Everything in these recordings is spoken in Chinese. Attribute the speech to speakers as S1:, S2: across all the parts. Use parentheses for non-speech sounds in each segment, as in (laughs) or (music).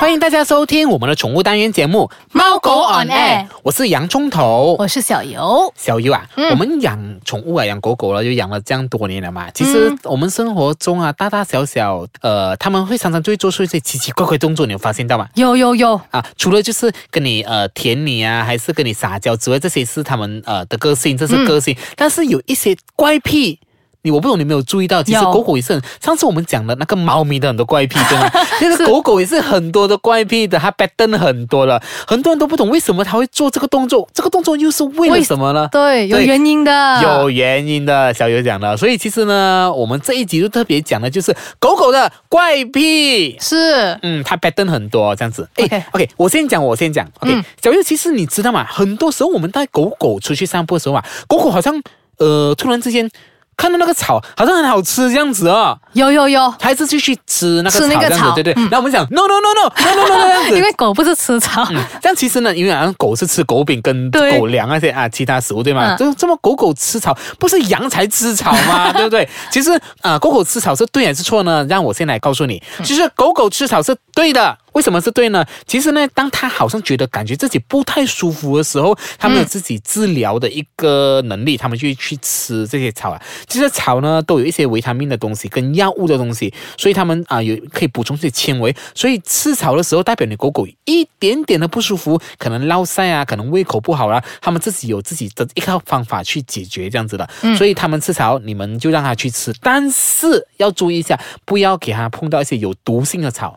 S1: 欢迎大家收听我们的宠物单元节目《猫狗 on air》，我是洋葱头。
S2: 我是小游，
S1: 小优啊，我们养宠物啊，养狗狗了，就养了这样多年了嘛。其实我们生活中啊，大大小小，呃，他们会常常就会做出一些奇奇怪怪动作，你有发现到吗？
S2: 有有有，
S1: 啊，除了就是跟你呃舔你啊，还是跟你撒娇之外，这些是他们呃的个性，这
S2: 嗯
S1: 是个性。但是有一些怪癖，你我不懂，你有没有注意到？其实
S2: 有
S1: 狗狗也是很，上次我们讲的那个猫咪的很多怪癖，对
S2: (laughs)
S1: 吗？那个狗狗也是很多的怪癖的，它 b a t t e n 很多了，很多人都不懂为什么它会做这个动作，这个动作又是为了
S2: 为
S1: 什么呢？
S2: 对，啊有
S1: 对
S2: 原因的，
S1: 有原因的，小友讲的，所以其实呢，我们这一集就特别讲的就是狗狗的怪癖。
S2: 是
S1: 嗯，它 pattern 很多这样子。
S2: OK
S1: OK，我先讲，我先讲。OK，、
S2: 嗯
S1: 小月，其实你知道吗？很多时候我们带狗狗出去散步的时候啊，狗狗好像呃突然之间看到那个草，好像很好吃这样子哦，
S2: 有有有，
S1: 还是继续吃那个
S2: 吃
S1: 草
S2: 那
S1: 这
S2: 个
S1: 样子，
S2: 草嗯
S1: 对对。然后我们讲 no no no no no no
S2: (laughs)
S1: no 这样子
S2: 因。为狗不是吃草，
S1: 嗯，但其实呢，因为好像狗是吃狗饼跟
S2: 对
S1: 狗粮那些啊，其他食物对吗？
S2: 嗯
S1: 就这么狗狗吃草，不是羊才吃草
S2: (laughs)
S1: 吗？对不对？其实啊、狗狗吃草是对还是错呢？让我先来告诉你，
S2: 嗯
S1: 其实狗狗吃草是对的。为什么是对呢？其实呢，当它好像觉得感觉自己不太舒服的时候，它
S2: 嗯
S1: 们有自己治疗的一个能力，它们就会去吃这些草啊。其实草呢都有一些维他命的东西跟药物的东西，所以它们啊、有可以补充这些纤维。所以吃草的时候，代表你狗狗一点点的不舒服，可能落腮啊，可能胃口不好啦、它们自己有自己的一套方法去解决这样子的。所以它们吃草，你们就让它去吃，但是要注意一下，不要给它碰到一些有毒性的草。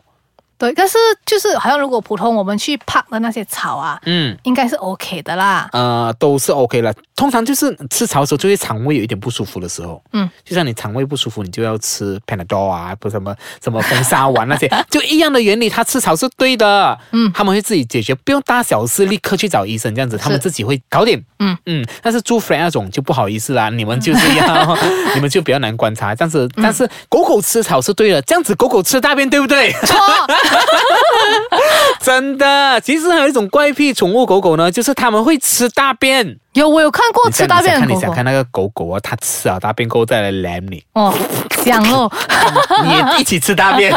S2: 对，但是就是好像如果普通我们去 park 的那些草啊，
S1: 嗯。
S2: 应该是 OK
S1: (laughs)
S2: 的啦，
S1: 呃，都是 OK 了。通常就是吃草的时候，就会肠胃有一点不舒服的时候，
S2: 嗯，
S1: 就像你肠胃不舒服，你就要吃 Panadol 啊，不什么什么风沙丸那啊些，就一样的原理。它吃草是对的，嗯，他们会自己解决，不用大小事立刻去找医生，这样子他们自己会搞定，
S2: 嗯
S1: 嗯。但是猪 f r 那种就不好意思啦，你们就是
S2: (laughs)
S1: 要，你们就比较难观察。但是但
S2: 嗯
S1: 是狗狗吃草是对的，这样子狗狗吃大便对不
S2: (laughs)
S1: 对？
S2: 错，
S1: 真的，其实还有一种怪癖，宠物狗狗呢，就是它们会吃大便。
S2: 有我有看过
S1: 你想
S2: 吃大便
S1: 你想看你
S2: 的狗
S1: 想
S2: 狗，
S1: 看那个狗狗啊，它吃了大便过后再来舔
S2: (laughs)
S1: 你，
S2: 哦，讲哦，
S1: 你也一起吃大便。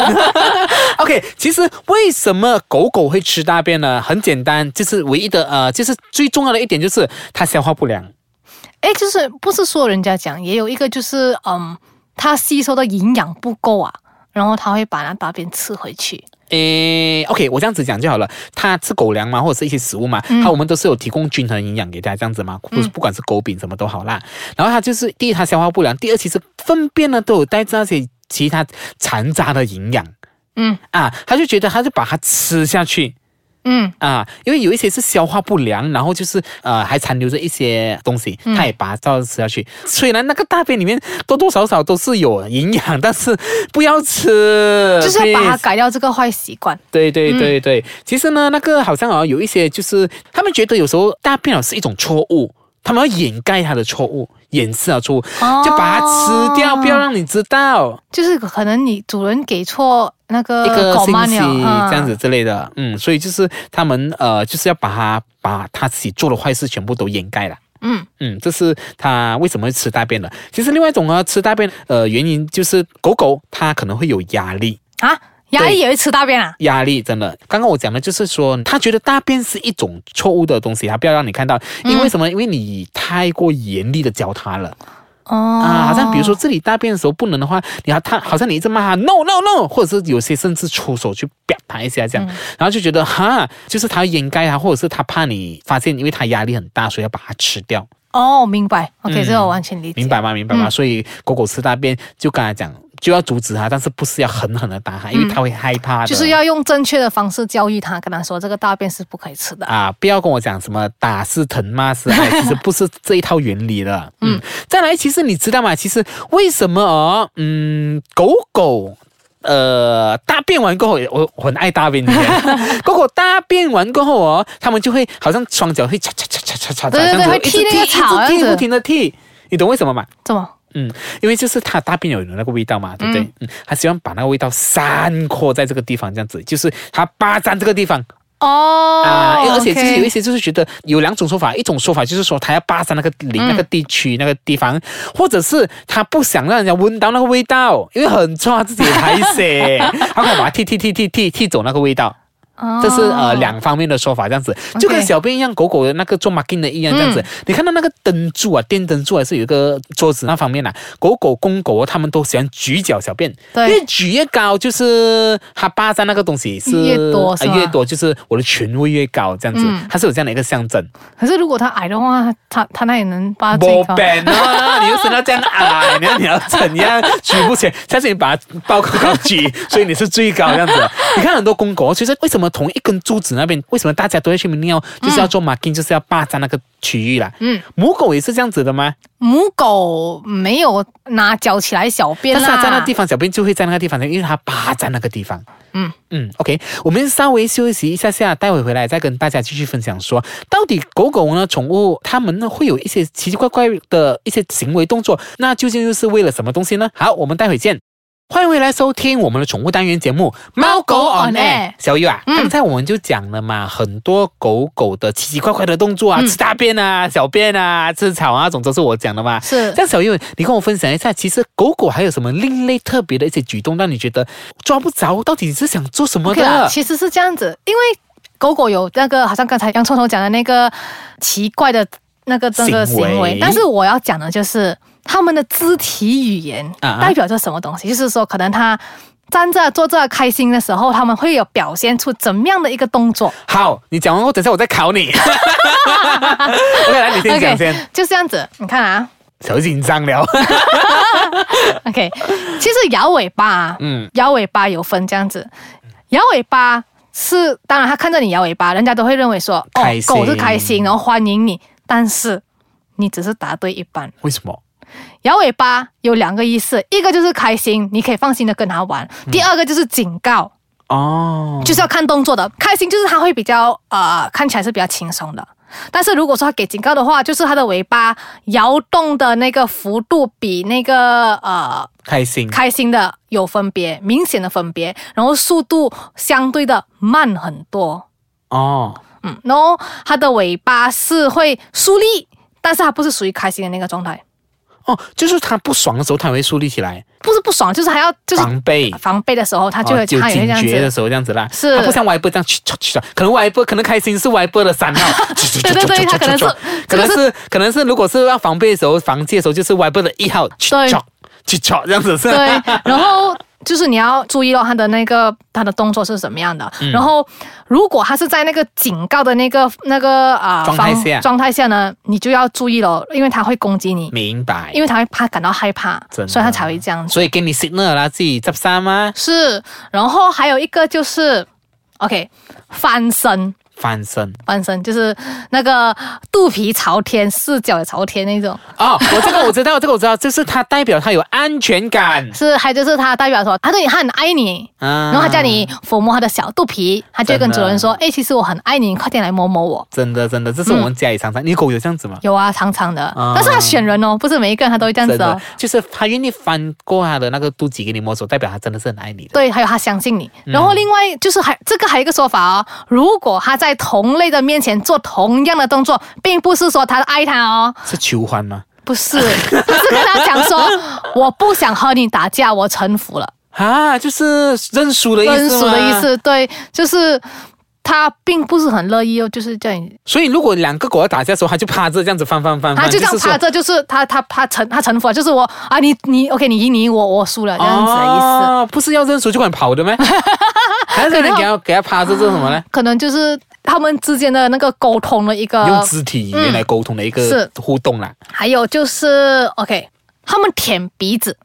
S1: OK，其实为什么狗狗会吃大便呢？很简单，就是唯一的呃，就是最重要的一点就是它消化不良。
S2: (laughs) 哎，就是不是说人家讲，也有一个就是嗯，它吸收的营养不够啊，然后它会把那大便吃回去，
S1: 诶，OK，我这样子讲就好了。它吃狗粮嘛，或者是一些食物嘛，
S2: 嗯
S1: 它我们都是有提供均衡营养给它，这样子嘛，不不管是狗饼什么都好啦。然后它就是第一，它消化不良；第二，其实粪便呢都有带着那些其他残渣的营养
S2: 嗯
S1: 啊，它就觉得它就把它吃下去。
S2: 嗯，
S1: 啊，因为有一些是消化不良，然后就是呃还残留着一些东西，
S2: 嗯
S1: 它也把它照着吃下去。虽然那个大便里面多多少少都是有营养，但是不要吃，
S2: 就是要把它
S1: please
S2: 改掉这个坏习惯。
S1: 对
S2: 嗯
S1: 对对对，其实呢，那个好像啊有一些就是他们觉得有时候大便啊是一种错误。他们要掩盖他的错误，掩饰他的错误，
S2: 哦
S1: 就把它吃掉，不要让你知道。
S2: 就是可能你主人给错那个
S1: 一个
S2: 狗
S1: 信
S2: 妈
S1: 息
S2: 鸟嗯
S1: 这样子之类的，嗯，所以就是他们呃，就是要把他把他自己做的坏事全部都掩盖了。
S2: 嗯
S1: 嗯，这是他为什么会吃大便的。其实另外一种呢，吃大便呃原因就是狗狗它可能会有压力，
S2: 啊，牙
S1: 对
S2: 医也会吃大便啊？
S1: 压力真的。刚刚我讲的就是说，它觉得大便是一种错误的东西，它不要让你看到，因为什
S2: 嗯
S1: 么？因为你太过严厉的教它了。
S2: 哦
S1: 啊，好像比如说这里大便的时候不能的话，你要他好像你一直骂他 no no no，或者是有些甚至出手去啪他一下这样，
S2: 嗯
S1: 然后就觉得哈，就是他掩盖他，或者是他怕你发现，因为他压力很大，所以要把它吃掉，
S2: 哦，明白，OK，、
S1: 嗯
S2: 这个我完全理解。
S1: 明白吗？明
S2: 嗯
S1: 白吗？所以狗狗吃大便就跟他讲。就要阻止它，但是不是要狠狠的打它，因为它会害怕的。
S2: 嗯就是要用正确的方式教育他，跟他说这个大便是不可以吃的。
S1: 啊，不要跟我讲什么打是疼，骂是爱，
S2: (laughs)
S1: 其实不是这一套原理了。嗯，再来，其实你知道吗？其实为什么哦，嗯，狗狗。呃，大便完过后，我我很爱大便的。
S2: (laughs)
S1: 狗狗大便完过后哦，它们就会好像双脚会擦擦擦擦擦擦，
S2: 对对对
S1: 这样子
S2: 会踢
S1: 一直
S2: 那个草啊
S1: 一直踢
S2: 这样子
S1: 不停的踢，你懂为什么吗？
S2: 怎么？
S1: 嗯，因为就是它大便有那个味道嘛，对不对？嗯嗯，它希望把那个味道散扩在这个地方，这样子，就是它霸占这个地方，
S2: 哦，
S1: 啊，因为而且就是
S2: OK
S1: 有一些就是觉得有两种说法，一种说法就是说他要霸占那个里、那个地区、那个地方，或者是他不想让人家闻到那个味道，因为很臭，他自己排泄，
S2: (laughs)
S1: 他可以把它剔剔剔剔剔剔走那个味道。这是呃
S2: 哦
S1: 两方面的说法，这样子就跟小便一样，狗狗的那个做 marking 的一样，这
S2: 嗯
S1: 样子。你看到那个灯柱啊，电灯柱还是有一个桌子那方面啊，狗狗、公狗他们都喜欢举脚小便，
S2: 对
S1: 越举越高，就是它霸占那个东西是
S2: 越多是
S1: 呃
S2: 吗
S1: 越多就是我的权威越高，这样子，
S2: 嗯
S1: 它是有这样的一个象征。
S2: 可是如果他矮的话，他他那也能把最
S1: 没
S2: 高。
S1: 本啊，你又生到这样矮，你要你要怎样举不起来？下次你把它报告高举，所以你是最高这样子。你看很多公狗，其实为什么同一根柱子那边，为什么大家都会去尿，就是要做 marking，、就是要霸占那个区域啦。
S2: 嗯，
S1: 母狗也是这样子的吗？
S2: 母狗没有拿脚起来小便啊
S1: 但是
S2: 啦，
S1: 它在那地方，小便就会在那个地方，因为它霸占那个地方。
S2: 嗯
S1: 嗯，OK，我们稍微休息一下下，待会回来再跟大家继续分享说，到底狗狗呢，宠物它们呢会有一些奇奇怪怪的一些行为动作，那究竟又是为了什么东西呢？好，我们待会见。欢迎回来收听我们的宠物单元节目《猫狗 on
S2: on
S1: air
S2: air》。
S1: 小雨啊，
S2: 嗯
S1: 刚才我们就讲了嘛，很多狗狗的奇奇怪怪的动作啊，
S2: 嗯
S1: 吃大便啊、小便啊、吃草啊，那种都是我讲的嘛。
S2: 是
S1: 像小玉，你跟我分享一下，其实狗狗还有什么另类特别的一些举动，让你觉得抓不着，到底是想做什么
S2: OK 啦
S1: 的？
S2: 其实是这样子，因为狗狗有那个，好像刚才洋葱头讲的那个奇怪的那个那个
S1: 行
S2: 行
S1: 为
S2: 为，但是我要讲的就是它们的肢体语言
S1: 啊啊
S2: 代表着什么东西，就是说可能它。站着、坐着、开心的时候，他们会有表现出怎么样的一个动作？
S1: 好，你讲完后，等一下我再考 (laughs) 你。OK，来你先讲
S2: OK
S1: 先
S2: 就这样子，你看啊
S1: 小玉紧张 (laughs) 了。
S2: ，OK，其实摇尾巴、啊，
S1: 嗯，
S2: 摇尾巴有分这样子，摇尾巴是当然，他看着你摇尾巴，人家都会认为说，哦
S1: 开，心
S2: 狗是开心，然后欢迎你，但是你只是答对一半。
S1: 为什么？
S2: 摇尾巴有两个意思，一个就是开心，你可以放心的跟他玩；
S1: 嗯
S2: 第二个就是警告，
S1: 哦，
S2: 就是要看动作的。开心就是他会比较呃，看起来是比较轻松的。但是如果说他给警告的话，就是他的尾巴摇动的那个幅度比那个呃
S1: 开心。
S2: 开心的有分别，明显的分别，然后速度相对的慢很多。
S1: 哦，
S2: 嗯，然后它的尾巴是会竖立，但是它不是属于开心的那个状态，
S1: 哦，就是它不爽的时候，它会树立起来，
S2: 不是不爽，就是还要就是
S1: 防备。
S2: 防备的时候，它就会、
S1: 哦有
S2: 它也会
S1: 警
S2: 这
S1: 觉
S2: 样
S1: 的
S2: 子。
S1: 时候这样子啦，
S2: 是
S1: 它不像歪波这样去去去的，可能歪波可能开心是歪波的三号，
S2: 对对对它可能是
S1: 可能
S2: 这
S1: 是可能是如果是要防备的时候，防戒的时候就是歪波的一号，去
S2: 对
S1: 去这样子是
S2: 对，然后就是你要注意到它的那个它的动作是什么样的。
S1: 嗯
S2: 然后如果它是在那个警告的那个那个啊、
S1: 状态
S2: 方
S1: 下
S2: 状态下呢，你就要注意了，因为它会攻击你，
S1: 明白
S2: 因。为它会怕感到害怕，
S1: 真的
S2: 所以它才会这样子。
S1: 所以给你 signal 啦，自己执三吗？
S2: 是，然后还有一个就是，OK，翻身，
S1: 翻身
S2: 翻身就是那个肚皮朝天、四脚也朝天那种，
S1: 哦，我这个我知道，这个我知道，就是它代表它有安全感
S2: 是，还就是他代表说，他对你他很爱你，
S1: 啊
S2: 然后他叫你抚摸他的小肚皮，他就会跟主人说，哎，其实我很爱你，你快点来摸摸我。
S1: 真的真的，这是我们家里常常，你狗有这样子吗？
S2: 有啊，长长的，
S1: 啊
S2: 但是他选人哦，不是每一个人他都会这样
S1: 真
S2: 子哦
S1: 的。，就是它愿意翻过它的那个肚脐给你摸索，代表它真的是很爱你的。
S2: 对，还有他相信你。
S1: 嗯
S2: 然后另外就是还这个还有一个说法哦，如果他在同类的面前做同样的动作，并不是说他爱他哦，
S1: 是求欢吗？
S2: 不是，他是跟他讲说，我不想和你打架，我臣服了，
S1: 啊，就是认输的意思
S2: 认输
S1: 吗
S2: 的意。思。对，就是他并不是很乐意哦，就是叫你，
S1: 所以如果两个狗要打架的时候，它就趴着这样子翻翻翻翻，
S2: 他就这样
S1: 哦是
S2: 趴
S1: 说。
S2: 着，就是他他他臣他臣服了，就是我啊，你你 OK，你赢你赢我我输了这样子的意思。
S1: 哦，不是要认输就敢跑
S2: (laughs)
S1: 的吗？还是你给它给它趴着，这是什么呢？
S2: 可能就是他们之间的那个沟通的一个
S1: 用肢体语言来沟通的一个
S2: 呃嗯是
S1: 互动啦。
S2: 还有就是 OK，他们舔鼻子，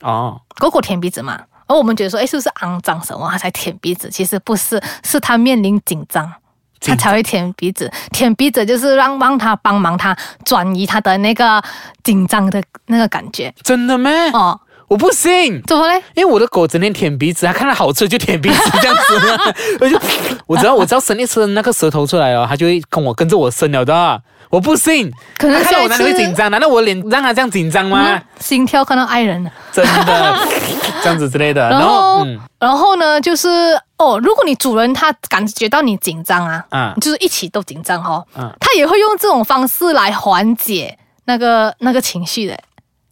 S1: 哦，
S2: 狗狗舔鼻子嘛。而我们觉得说，哎，是不是肮脏什么，它才舔鼻子？其实不是，是它面临紧张，
S1: 紧
S2: 它
S1: 张
S2: 才会舔鼻子。舔鼻子就是让让它帮忙它转移它的那个紧张的那个感觉。
S1: 真的吗？
S2: 哦，
S1: 我不信。
S2: 怎么嘞？
S1: 因为我的狗整天舔鼻子，它看到好吃就舔鼻子这样
S2: (laughs)
S1: 子，我就我只要我只要伸一伸那个舌头出来哦，它就会跟我跟着我伸了的。我不信，
S2: 可能
S1: 它看到我哪里会
S2: 下一次
S1: 紧张？难道我脸让它这样紧张吗？
S2: 嗯心跳看到爱人了。
S1: 真的 (laughs) 这样子之类的。
S2: 然后，
S1: 嗯，
S2: 然后呢，就是哦，如果你主人他感觉到你紧张啊，
S1: 嗯
S2: 你就是一起都紧张哦，
S1: 嗯
S2: 他也会用这种方式来缓解那个那个情绪的，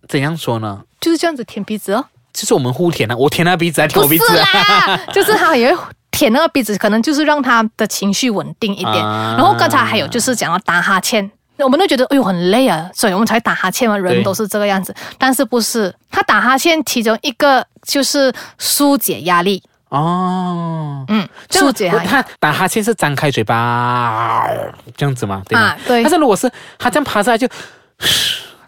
S1: 怎样说呢？
S2: 就是这样子舔鼻子哦，
S1: 就是我们互舔啊，我舔他鼻子，还舔
S2: 不
S1: 我鼻
S2: 是
S1: 子啊。
S2: 啦， (laughs) 就是他也会舔那个鼻子，可能就是让他的情绪稳定一点。
S1: 啊
S2: 然后刚才还有就是讲到打哈欠。我们都觉得哎呦很累啊，所以我们才打哈欠嘛，人
S1: 对
S2: 都是这个样子。但是不是他打哈欠，其中一个就是疏解压力，
S1: 哦，
S2: 嗯，
S1: 这样
S2: 疏解压力。
S1: 他打哈欠是张开嘴巴这样子吗？对吗？
S2: 啊对哦
S1: 但是如果是他这样爬上来就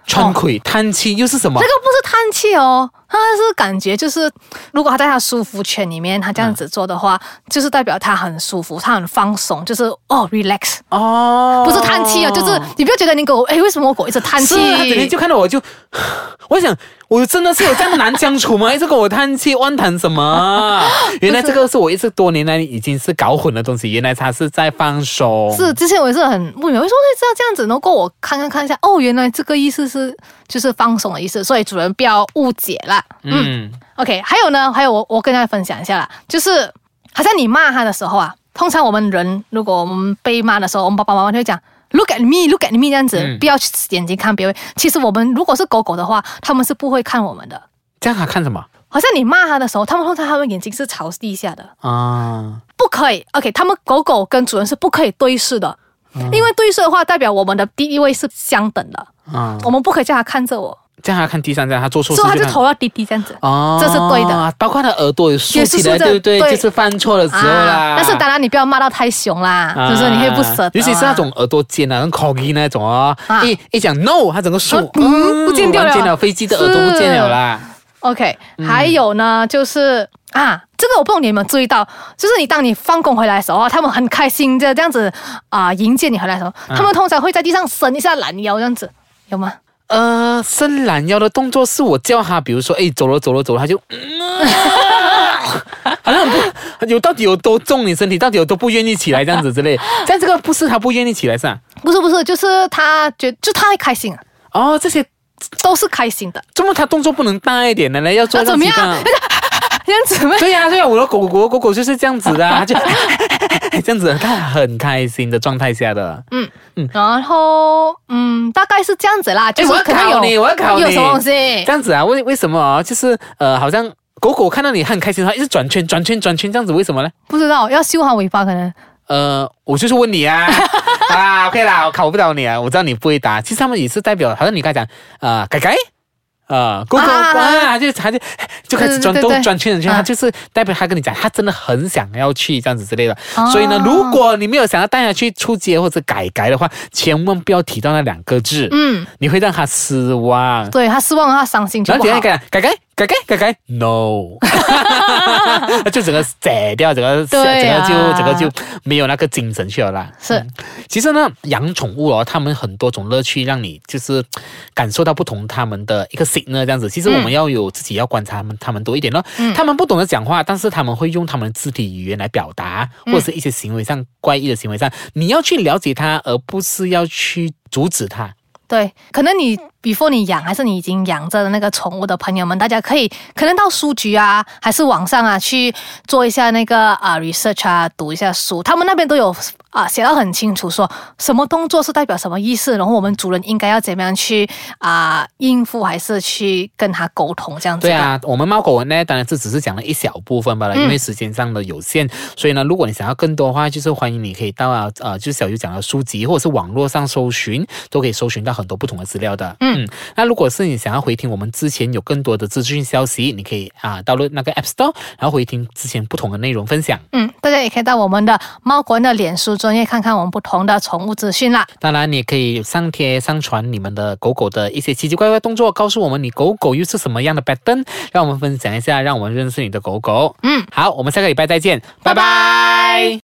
S1: 喘气、叹气，又是什么
S2: 这？个不是叹气哦，他是感觉就是，如果他在他舒服圈里面，他这样子做的
S1: 嗯
S2: 话，就是代表他很舒服，他很放松，就是哦 relax，
S1: 哦，
S2: 不是叹气哦，就是你不要觉得你狗，哎，为什么我狗一直叹
S1: 是？
S2: 气
S1: 啊，他整天就看到我就， (sighs) 我想我真的是有这么难相处吗？一 (laughs) 直跟我叹气，乱谈什
S2: (laughs)
S1: 么？原来这个是我一直多年来已经是搞混的东西，原来他是在放松。
S2: 是，之前我也是很不明白，我说这这样子，然后我看看看一下，哦，原来这个意思是就是放松的意思，所以主人不要误解啦。嗯
S1: 嗯
S2: OK，还有呢，还有我我跟大家分享一下啦，就是好像你骂他的时候啊，通常我们人如果我们被骂的时候，我们爸爸妈妈就会讲 “look at me”，“look at me” 这样子，
S1: 嗯
S2: 不要去眼睛看别人。其实我们如果是狗狗的话，他们是不会看我们的。
S1: 这样他看什么
S2: 好像你骂他的时候，他们通常他们眼睛是朝地下的，
S1: 啊？
S2: 不可以。OK，他们狗狗跟主人是不可以对视的，因为对视的话，代表我们的地位是相等的，
S1: 啊，
S2: 我们不可以叫他看着我，
S1: 这样他看第三张，他做错事
S2: 所以他就
S1: 看
S2: 头要低低这样子。
S1: 哦，
S2: 这是对的，
S1: 包括他耳朵也竖
S2: 也是
S1: 起来，
S2: 竖着
S1: 对不对？
S2: 对
S1: 就是犯错的时候啦。
S2: 啊但是当然你不要骂到太凶啦，就是你会不舍得啊、
S1: 尤其是那种耳朵尖啊，很 c o g 那种哦，
S2: 啊
S1: 一一讲 no，他整个竖
S2: 啊，嗯不见掉了
S1: 完见了，飞机的耳朵不见了啦。
S2: OK，还
S1: 嗯
S2: 有呢，就是啊，这个我不懂你有没有注意到，就是你当你放工回来的时候啊，他们很开心的这样子啊、迎接你回来的时候，他们通常会在地上伸一下懒腰这样子，有吗？
S1: 呃，伸懒腰的动作是我叫他，比如说，哎，走了走了走了，他就，好像很不有到底有多重你身体，到底有多不愿意起来这样子之类。但这个不是他不愿意起来是吧？
S2: 不是不是，就是他觉就他会开心啊，
S1: 哦，这些
S2: 都是开心的，
S1: 怎么他动作不能大一点的呢？要做
S2: 那
S1: 到
S2: 怎么
S1: 几
S2: 样？
S1: 个？
S2: (laughs) 这样子呗。
S1: 对呀、对呀、我的狗狗狗狗就是这样子的、啊，它就这样子，它很开心的状态下的。
S2: 然后嗯，大概是这样子啦，
S1: 嗯
S2: 就
S1: 哎，
S2: 是
S1: 我要
S2: 可能
S1: 考
S2: 有
S1: 你，我要考你，
S2: 有什么东西
S1: 这。样子啊？为为什么啊？就是呃，好像狗狗看到你它很开心，它一直转圈转圈转圈，这样子为什么呢？
S2: 不知道要修好尾巴，可能
S1: 呃，我就是问你
S2: (laughs)
S1: 啊。啊，OK 啦，我考不到你啊，我知道你不会答。其实他们也是代表，好像你刚才讲，呃，改改，呃，狗狗
S2: 啊
S1: 啊，就他就就开始转
S2: 对对
S1: 动
S2: 对
S1: 转圈圈，
S2: 啊
S1: 他就是代表他跟你讲，他真的很想要去这样子之类的。
S2: 哦
S1: 所以呢，如果你没有想要带他去出街或者改改的话，千万不要提到那两个字，
S2: 嗯，
S1: 你会让他失望。
S2: 对他失望，他伤心就
S1: 然
S2: 不
S1: 后
S2: 好
S1: 等下。改改改改改改改，no，就整个散掉，整个整
S2: 对
S1: 个
S2: 啊
S1: 就整个就没有那个精神去了啦。嗯
S2: 是
S1: 其实呢，养宠物哦，他们很多种乐趣，让你就是感受到不同他们的一个 signal 这样子。其实我们要有自己要观察他们，他们多一点咯。
S2: 嗯
S1: 他们不懂得讲话，但是他们会用他们的肢体语言来表达，或
S2: 嗯
S1: 者是一些行为上怪异的行为上，你要去了解他，而不是要去阻止他。
S2: 对，可能你 before 你养，还是你已经养着的那个宠物的朋友们，大家可以可能到书局啊，还是网上啊去做一下那个啊 research 啊，读一下书，他们那边都有啊写到很清楚说，什么动作是代表什么意思，然后我们主人应该要怎么样去啊应付，还是去跟他沟通这样子。
S1: 对，啊，我们猫狗文呢，当然这只是讲了一小部分罢了，
S2: 嗯
S1: 因为时间上的有限，所以呢，如果你想要更多的话，就是欢迎你可以到啊呃，就是小鱼讲的书籍或者是网络上搜寻，都可以搜寻到很多不同的资料的。
S2: 嗯
S1: 那如果是你想要回听我们之前有更多的资讯消息，你可以啊到了那个 App Store，然后回听之前不同的内容分享。
S2: 嗯，大家也可以到我们的猫国的脸书专业看看我们不同的宠物资讯啦。
S1: 当然，你也可以上贴上传你们的狗狗的一些奇奇怪怪动作，告诉我们你狗狗又是什么样的 pattern，让我们分享一下，让我们认识你的狗狗。
S2: 嗯，
S1: 好，我们下个礼拜再见，拜拜
S2: 拜拜